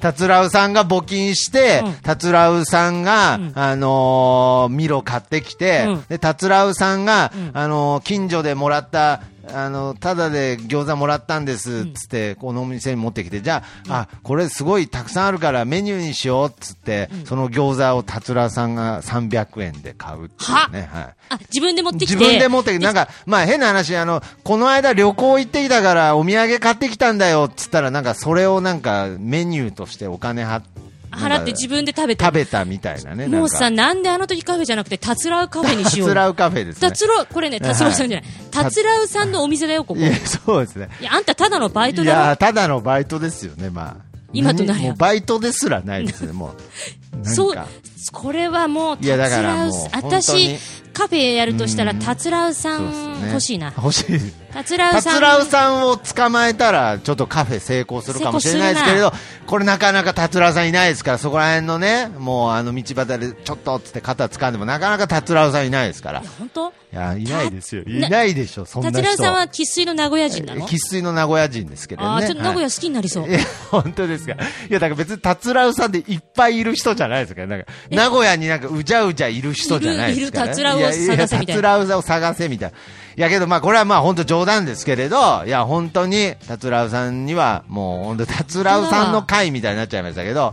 達郎さんが募金して、うん達郎さんが、んあのーミロ買ってきて、うんで達郎さんが、んあのー近所でもらった、あのーただで餃子もらったんです、つって、このお店に持ってきて、じゃあ、あ、これすごいたくさんあるからメニューにしよう、つって、その餃子を達郎さんが300円で買うっていうね。はいあ、自分で持ってきて。自分で持ってきて、なんか、まあ変な話、あの、この間旅行行ってきたからお土産買ってきたんだよっつったら、なんかそれをなんかメニューとしてお金は払って自分分で食べて食べたみたいなね。もうさ、なんか、なんであの時カフェじゃなくて、たつらうカフェに しようつ。らうカフェですねた。つろう、これね、たつろうさんじゃない。たつらうさんのお店だよ、ここ。いや、そうですね。いや、あんたただのバイトいだや、ただのバイトですよね、まあ。今となりゃもうバイトですらないですね、もう。なんろ。か そう、これはもう、たいやだからつらもうう、本当私に、カフェやるとしたら、たつらうさそうですんね欲しいな。欲しい。たつらうたさん。つらうさんを捕まえたら、ちょっとカフェ成功するかもしれないですけれど、これなかなかたつらうさんいないですから、そこら辺のね、もうあの道端でちょっとっつって肩掴んでも、なかなかたつらうさんいないですから。いいや、本当や、いないですよ。たいないでしょ、そんなた人。つらうさんは生粋の名古屋人なの生粋の名古屋人ですけれどああ、ね。ちょっと名古は屋い好きになりそうい。や、本当ですか。いや、だから別に、たつらうさんでいっぱいいる人じゃないですから、なんか、名古屋になんか、うじゃうじゃいる人じゃないですから、ね。いるいるたつらうを探せみたいやなやたつらうさんを探せみたいな。いやけど、まあ、これはまあ、本当冗談ですけれど、いや、本当に、たつらうさんには、もう、本当たつらうさんの会みたいになっちゃいましたけど、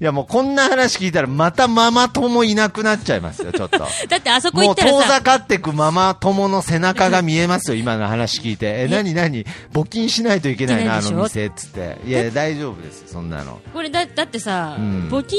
いや、もう、こんな話聞いたら、またママ友いなくなっちゃいますよ、ちょっと。だってあそこ行もっうたら遠さ、ざかってくママ友の背中が見え ますよ、今の話聞いて。え、なになに募金しないといけないな、いけないであしょの店っつって。いや、大丈夫です、そんなの。これだだってさ、うん募金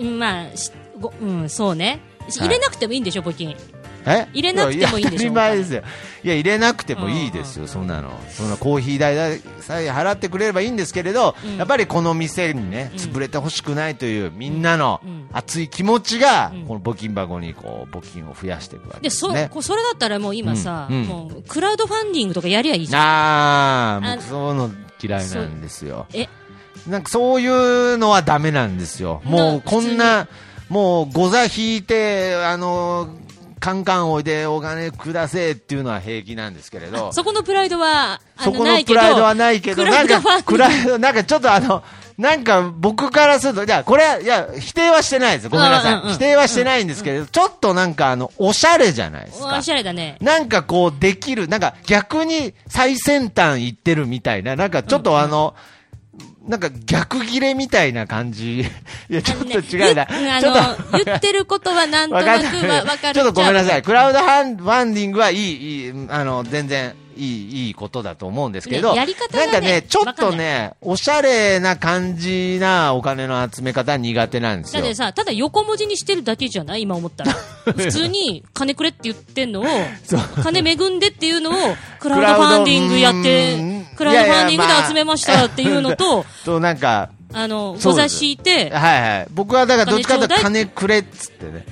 うんまあしごうんそうねしはい入れなくてもいいんでしょ募金え入れなくてもいいんでや当たしょり前ですよ。いや、入れなくてもいいですよ、そんなの。そのコーヒー代さえ払ってくれればいいんですけれど、うんやっぱりこの店にね、うん潰れてほしくないという、みんなのうん熱い気持ちがうん、この募金箱にこう、募金を増やしていくわけでですそ,、ね。こそれだったらもう今さ、うんうんもうクラウドファンディングとかやりゃいいじゃんあー、あ僕そういうの嫌いなんですよ。えなんかそういうのはダメなんですよ。もうなこんな、もう、ご座引いて、あの、カンカンおいでお金くだせえっていうのは平気なんですけれど、そこのプライドは、あそのこなのいけプどライドはないけど、プなラんイドか、はプライド、なんかちょっとあの、なんか僕からすると、じゃあこれは、いや、否定はしてないです。ごめんなうんうんさうい。ん否定はしてないんですけれど、ちょっとなんかあの、おしゃれじゃないですか。おしゃれだね。なんかこうできる、なんか逆に最先端行ってるみたいな、なんかちょっとあの、なんか逆切れみたいな感じ。 いや、 ちょっと違うな。あのねちょっとあの、言ってることはなんとわなくかんわなわかい。る。ちょっとごめんなじさゃい。クラウドファンディングはいい、いい、あの、全然いい、いいことだと思うんですけど、ねやり方ながねんかね、ちょっわとかんね、おしゃれな感じなお金の集め方は苦手なんですあだよっ。てさ、ただ横文字にしてるだけじゃない今 思ったら。普通に、金くれって言ってんのを、金恵んでっていうのを、 クラウドファンディングやっクラウドうてーん、クラウドファンディいやいングやまあで集めましたっていう のと、と、なんか、あの、そごうで座す敷いて、はいはい。僕はだからどっちかというと金金くれっつってね。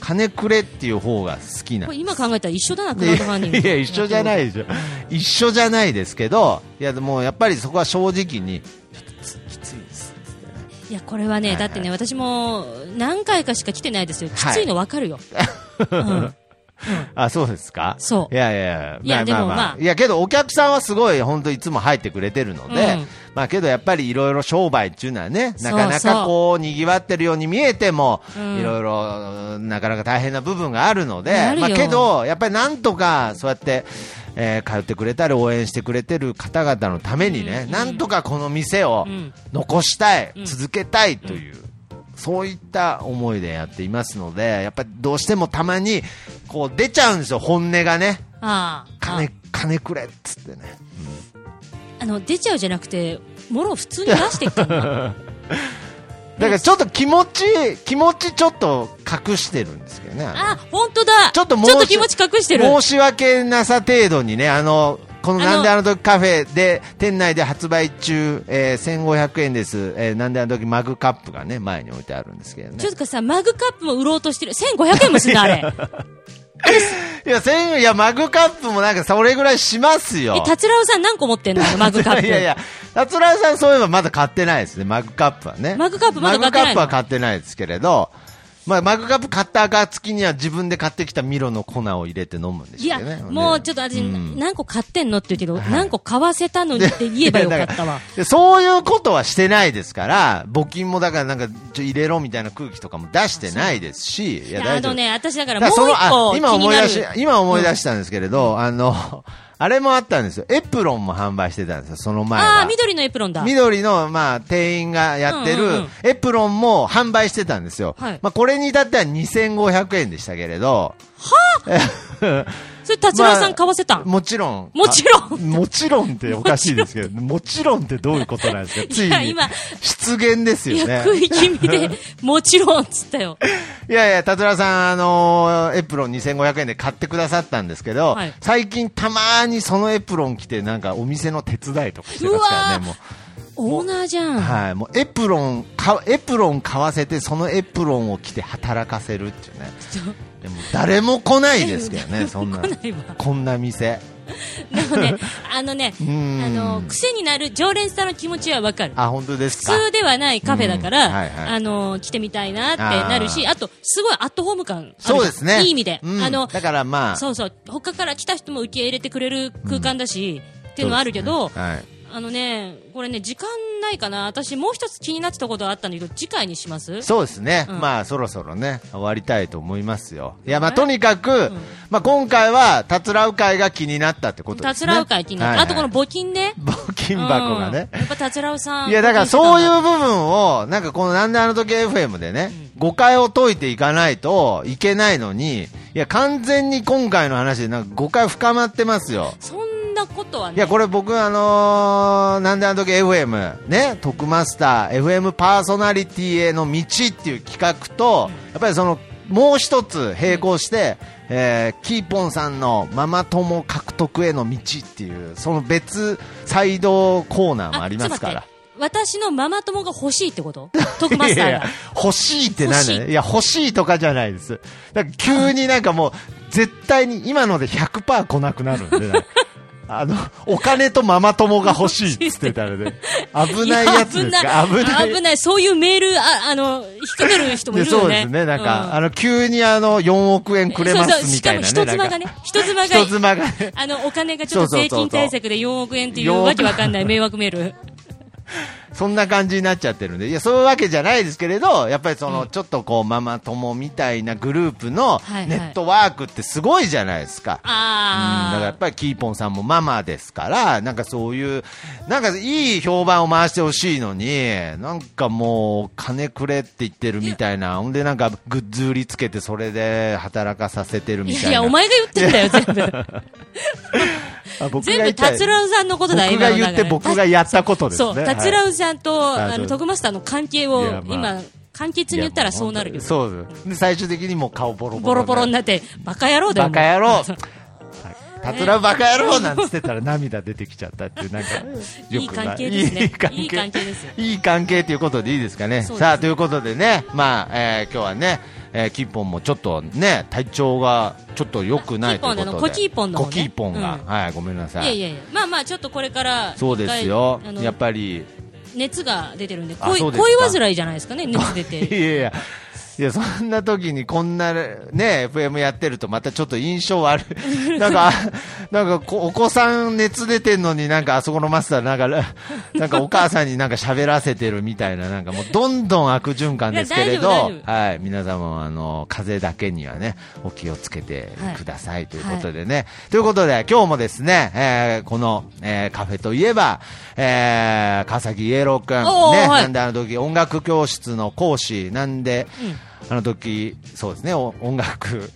金くれっていう方が好きなこんれで今考えたら一緒だな、クラウドファンディンす。グ。。いや、一緒じゃないいでしょ。一緒じゃないですけど、いや、でもやっぱりそこは正直に、ちょっとつきついですっつってね。いや、これははいね、はだいってね、私も何回かしか来てないですよ。きはいついのわかるよ。うんあ、そうですかそういやいやいやでもまあいや、けどお客さんはすごい、本当いつも入ってくれてるので、うんまあけどやっぱりいろいろ商売っていうのはね、そなうかなかこう、賑わってるように見えても、うんいろいろ、なかなか大変な部分があるので、なるまよあけど、やっぱりなんとか、そうやって、えー通ってくれたり応援してくれてる方々のためにね、なんとかこの店をうん残したい、うん続けたいという、そういった思いでやっていますので、やっぱりどうしてもたまにこう出ちゃうんですよ、本音がね、ああ。金金くれっつってね、あの出ちゃうじゃなくて、もろ普通に出してきた のだからちょっと気持ち、気持ちちょっと隠してるんですけどね、あのあ、本当だ。ちょっと申し気持ち隠してる。申し訳なさ程度にね、あのこのあのなんであの時カフェで、店内で発売中、えー1500円です、えーなんであの時マグカップがね、前に置いてあるんですけどねちょ。っとかさ、マグカップも売ろうとしてる。1500円もすんだ、あれ。いや、千いや、マグカップもなんか、それぐらいしますよ。え、達郎さん何個持ってんのあのマグカッ プ。いやいや、達郎さんそういえばまだ買ってないですね、マグカップはね。マグカップまだ買ってないのマグカップは買ってないですけれど、まあ、マグカップ買った暁には自分で買ってきたミロの粉を入れて飲むんでいすよやね。もうちょっと私、何個買ってんのって言うけど、何個買わせたのにって言えばよかったわ。でそういうことはしてないですから、募金もだからなんか、ちょ入れろみたいな空気とかも出してないですし、いいや大あ丈夫のね、私だからもだう一から個あ気今に思い出なる。し、今思い出したんですけれど、あの、あれもあったんですよ。エプロンも販売してたんですよ、その前は。ああ、緑のエプロンだ。緑の、まあ、店員がやってうんうんうるんエプロンも販売してたんですよ。はいまあ、これに至っては2500円でしたけれど、それ達郎さん買わせたん。もちろん。もちろんあもちろんっておかしいですけど、もちろんってどういうことなんですかついいやに。今出現ですいよね。や、食い気味 で、もちろんっつったよ。いやいや、たつらさん、あのーエプロン2500円で買ってくださったんですけど、はい最近たまーにそのエプロン着て、なんかお店の手伝いとかしてますからうわーね、もう。オーナーじゃん。はい、もうエプロンか、エプロン買わせて、そのエプロンを着て働かせるっていうね。でも誰も来ないですけど ね、そんな来ないわ。こんな店。で もね、あのね、あんの、癖になる常連さんの気持ちはわかる。あ、本当ですか。普通ではないカフェだかうんはいはいら、あの、来てみたいなってなるし、ああと、すごいアットホーム感あるじゃん。そうですね。いい意味で。うんあの、だからまあ、そうそう、他から来た人も受け入れてくれる空間だし、っていうのはあるけど、そうですねはい。あのね、これね、時間ないかな。私、もう一つ気になってたことがあったんだけど、次回にしますそうですね、うんまあそろそろね、終わりたいと思いますよ。いや、まあねとにかく、んまあ今回は、たつらう会が気になったってことでたすつね。らう会気になはっいはいた。あとこの募金ね。募金箱がねうん。やっぱたつらうさん。いや、だからそういうう。部分を、なんかこのなんであの時 FM でね、誤解を解いていかないといけないのに、いや、完全に今回の話でなんか誤解深まってますよ。そんなことはね。いや、これ僕、あのー、なんであの時 FM、ね、徳マスター、FM パーソナリティへの道っていう企画と、やっぱりその、もう一つ並行して、えー、キーポンさんのママ友獲得への道っていう、その別サイドコーナーもありますかちょっらと。待って。私のママ友が欲しいってこと徳マスタいーやいがや。欲しいってなんだよ欲しね。いや、欲しいとかじゃないです。だから急になんかもう、絶対に今ので100%来なくなるんで、なんか あの、お金とママ友が欲しいっつってたので、危ないやつですか危ない危ないそういうメールああの引っ掛ける人もいるよねそうですね、なんか、うんあの、急にあの、4億円くれまそうそうすみしたかいもなね。な人妻がんねか、人妻が人妻がね。あのお金がちょっと税金対策で4億円っていうそうそうそうわけわかんない迷惑メール。そんな感じになっちゃってるんで、いや、そういうわけじゃないですけれど、やっぱりその、ちょっとこう、ママ友みたいなグループのはいはいネットワークってすごいじゃないですか。うんだからやあっぱりキーポンさんもママですから、なんかそういう、なんかいい評判を回してほしいのに、なんかもう、金くれって言ってるみたいな、ほんでなんかグッズ売りつけて、それで働かさせてるあ。みいたいやな。いや、お前が言ってんだよ、全部。あ僕が全言部、いたい達郎さんのことだよ、僕今がの流言って、れ。僕がやったことですね。そう、達はい郎さんと、はいあの、徳マスターの関係いをや、まあ今、簡潔に言ったらそうなるけど。そうですで最終的にもう顔ボロボボロロボロになって、バカ野郎だよ。バカ野 も郎たつらバカ野郎なんつってたら涙出てきちゃったっていうなんか いい関係ですねいい関係いい関係ですよいい関係ということでいいですかねそうですさあということでねまあ、えー今日はねえー、キーポンもちょっとね体調がちょっと良くないということであキーポンのあのコキーポンコキーポの方ねンが、うんはいごめんなさういいやいやいや、まあまあ、ちょっとこれから、そうですよ一回あのやっぱり熱が出てるんで、あ恋、そうですか恋煩いじゃないですかね、熱出い て。やいやいや、そんな時にこんなね、FM やってるとまたちょっと印象悪 い。なんか、なんかこお子さん熱出てんのになんかあそこのマスターなんか、なんかお母さんになんか喋らせてるみたいな、なんかもうどんどん悪循環ですけれど、いや大丈夫大はい、皆様はあの、風邪だけにはね、お気をつけてくださいということでね。ということで、今日もですね、えーこの、えーカフェといえば、えー川崎イエロー君、ね、おーはいなんであの時音楽教室の講師なんで、あの時そうですねお音楽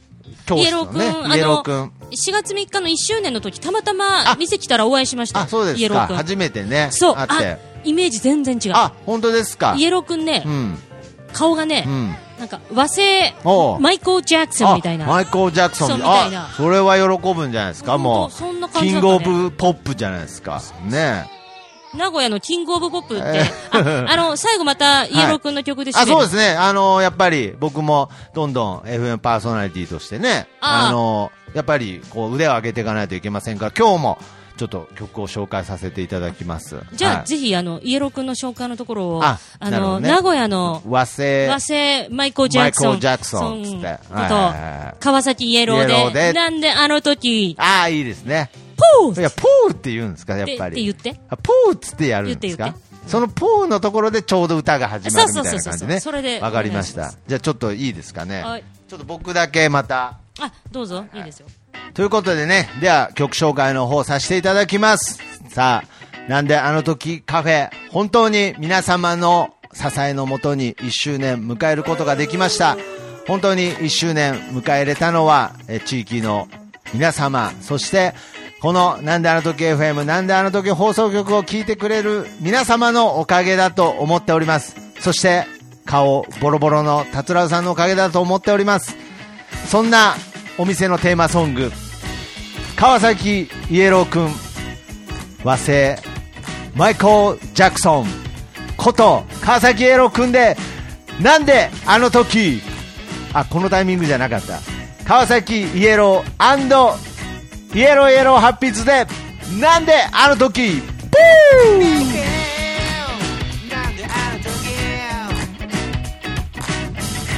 教イエ室ロのーね君、イエあローの、君4月3日の1周年の時、たまたま店来たらお会いしましたよ。あそうでイすエローか君。初めてねそう、会あって、イメージ全然違う。あ本当ですかイエローくんね、うん顔がね、うんなんか和製おうマイコー・ジャクソンみたいな。あマイコー・ジャクソンそうみたいなあそれは喜ぶんじゃないですか本当もうそんな感キじだンったグ・オねブ・ポップじゃないですかね名古屋のキングオブポップって、えああの、最後またイエローくんの曲で。あそうですすねあのやっぱり僕もどんどん FM パーソナリティとしてねあああのやっぱりこう腕を上げていかないといけませんから今日もちょっと曲を紹介させていただきますじゃあ、はいぜひ、あの、イエローくんの紹介のところを、ああなるほどの、ね名古屋の和製和製マイコー・ジャクソン。マイコージャクソンっつってうんこと、はいはいはい川崎イエローでイエローでなんであの時、ああいいですねポーいズやポーって言うんですかやっぱりってって言ってあポーっつってやるんです言かってそのポーのところでちょうど歌が始まるみたいそうなそうそ感うそじうねそれでわかりましお願たいしじゃあちょっといいですかね、はいちょっと僕だけまたあ、どうぞ、いいですよ。ということでねでは曲紹介の方させていただきますさあなんであの時カフェ本当に皆様の支えのもとに1周年迎えることができました本当に1周年迎えれたのはえ地域の皆様そしてこのなんであの時 FM なんであの時放送局を聞いてくれる皆様のおかげだと思っておりますそして顔ボロボロの達郎さんのおかげだと思っておりますそんなお店のテーマソング川崎イエロー君和製マイコー・ジャクソンこと川崎イエロー君でなんであの時あこのタイミングじゃなかった川崎イエローイエローイエローハッピーズでなんであの時ブーなんであの時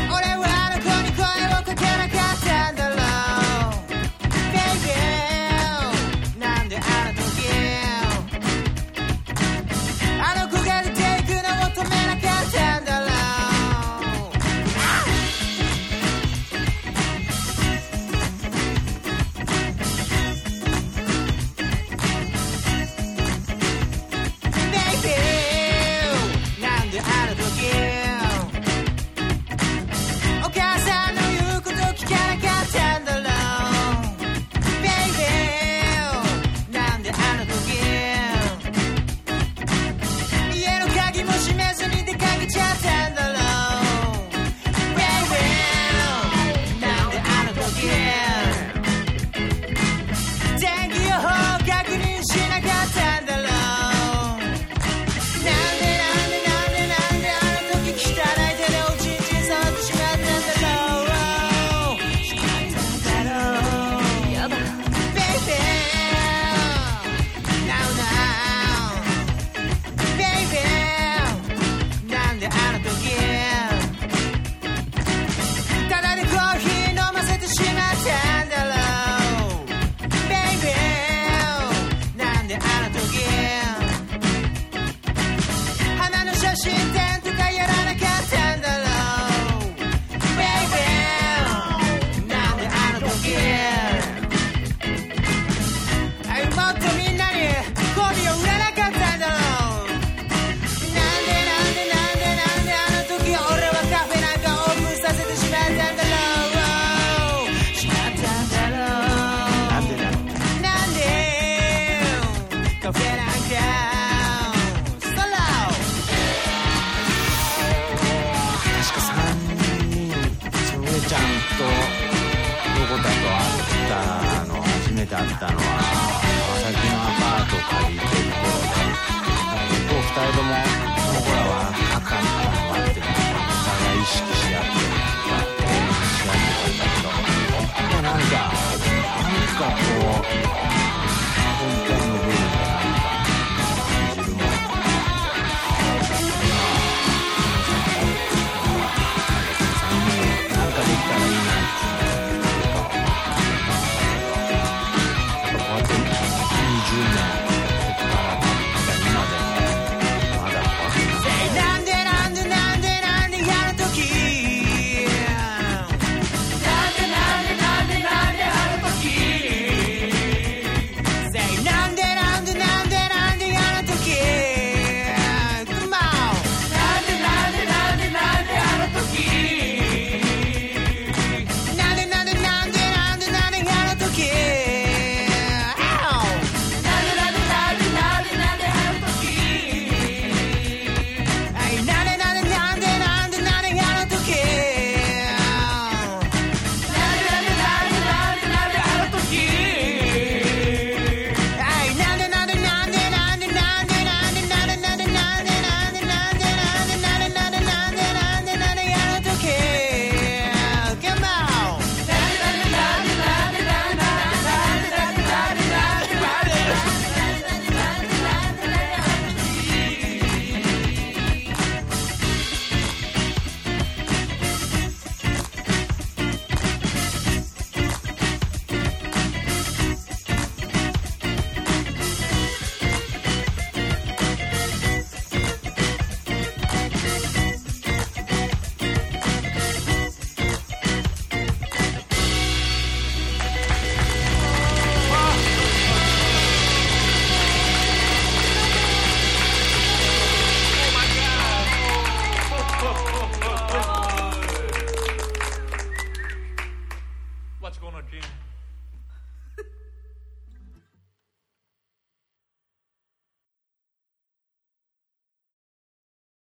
俺はあの子に声をかけなかったんだろう Baby なんであの時あの子が出ていくのを止めなかったんだろうと、どこだと会ったの、初めて会ったのは、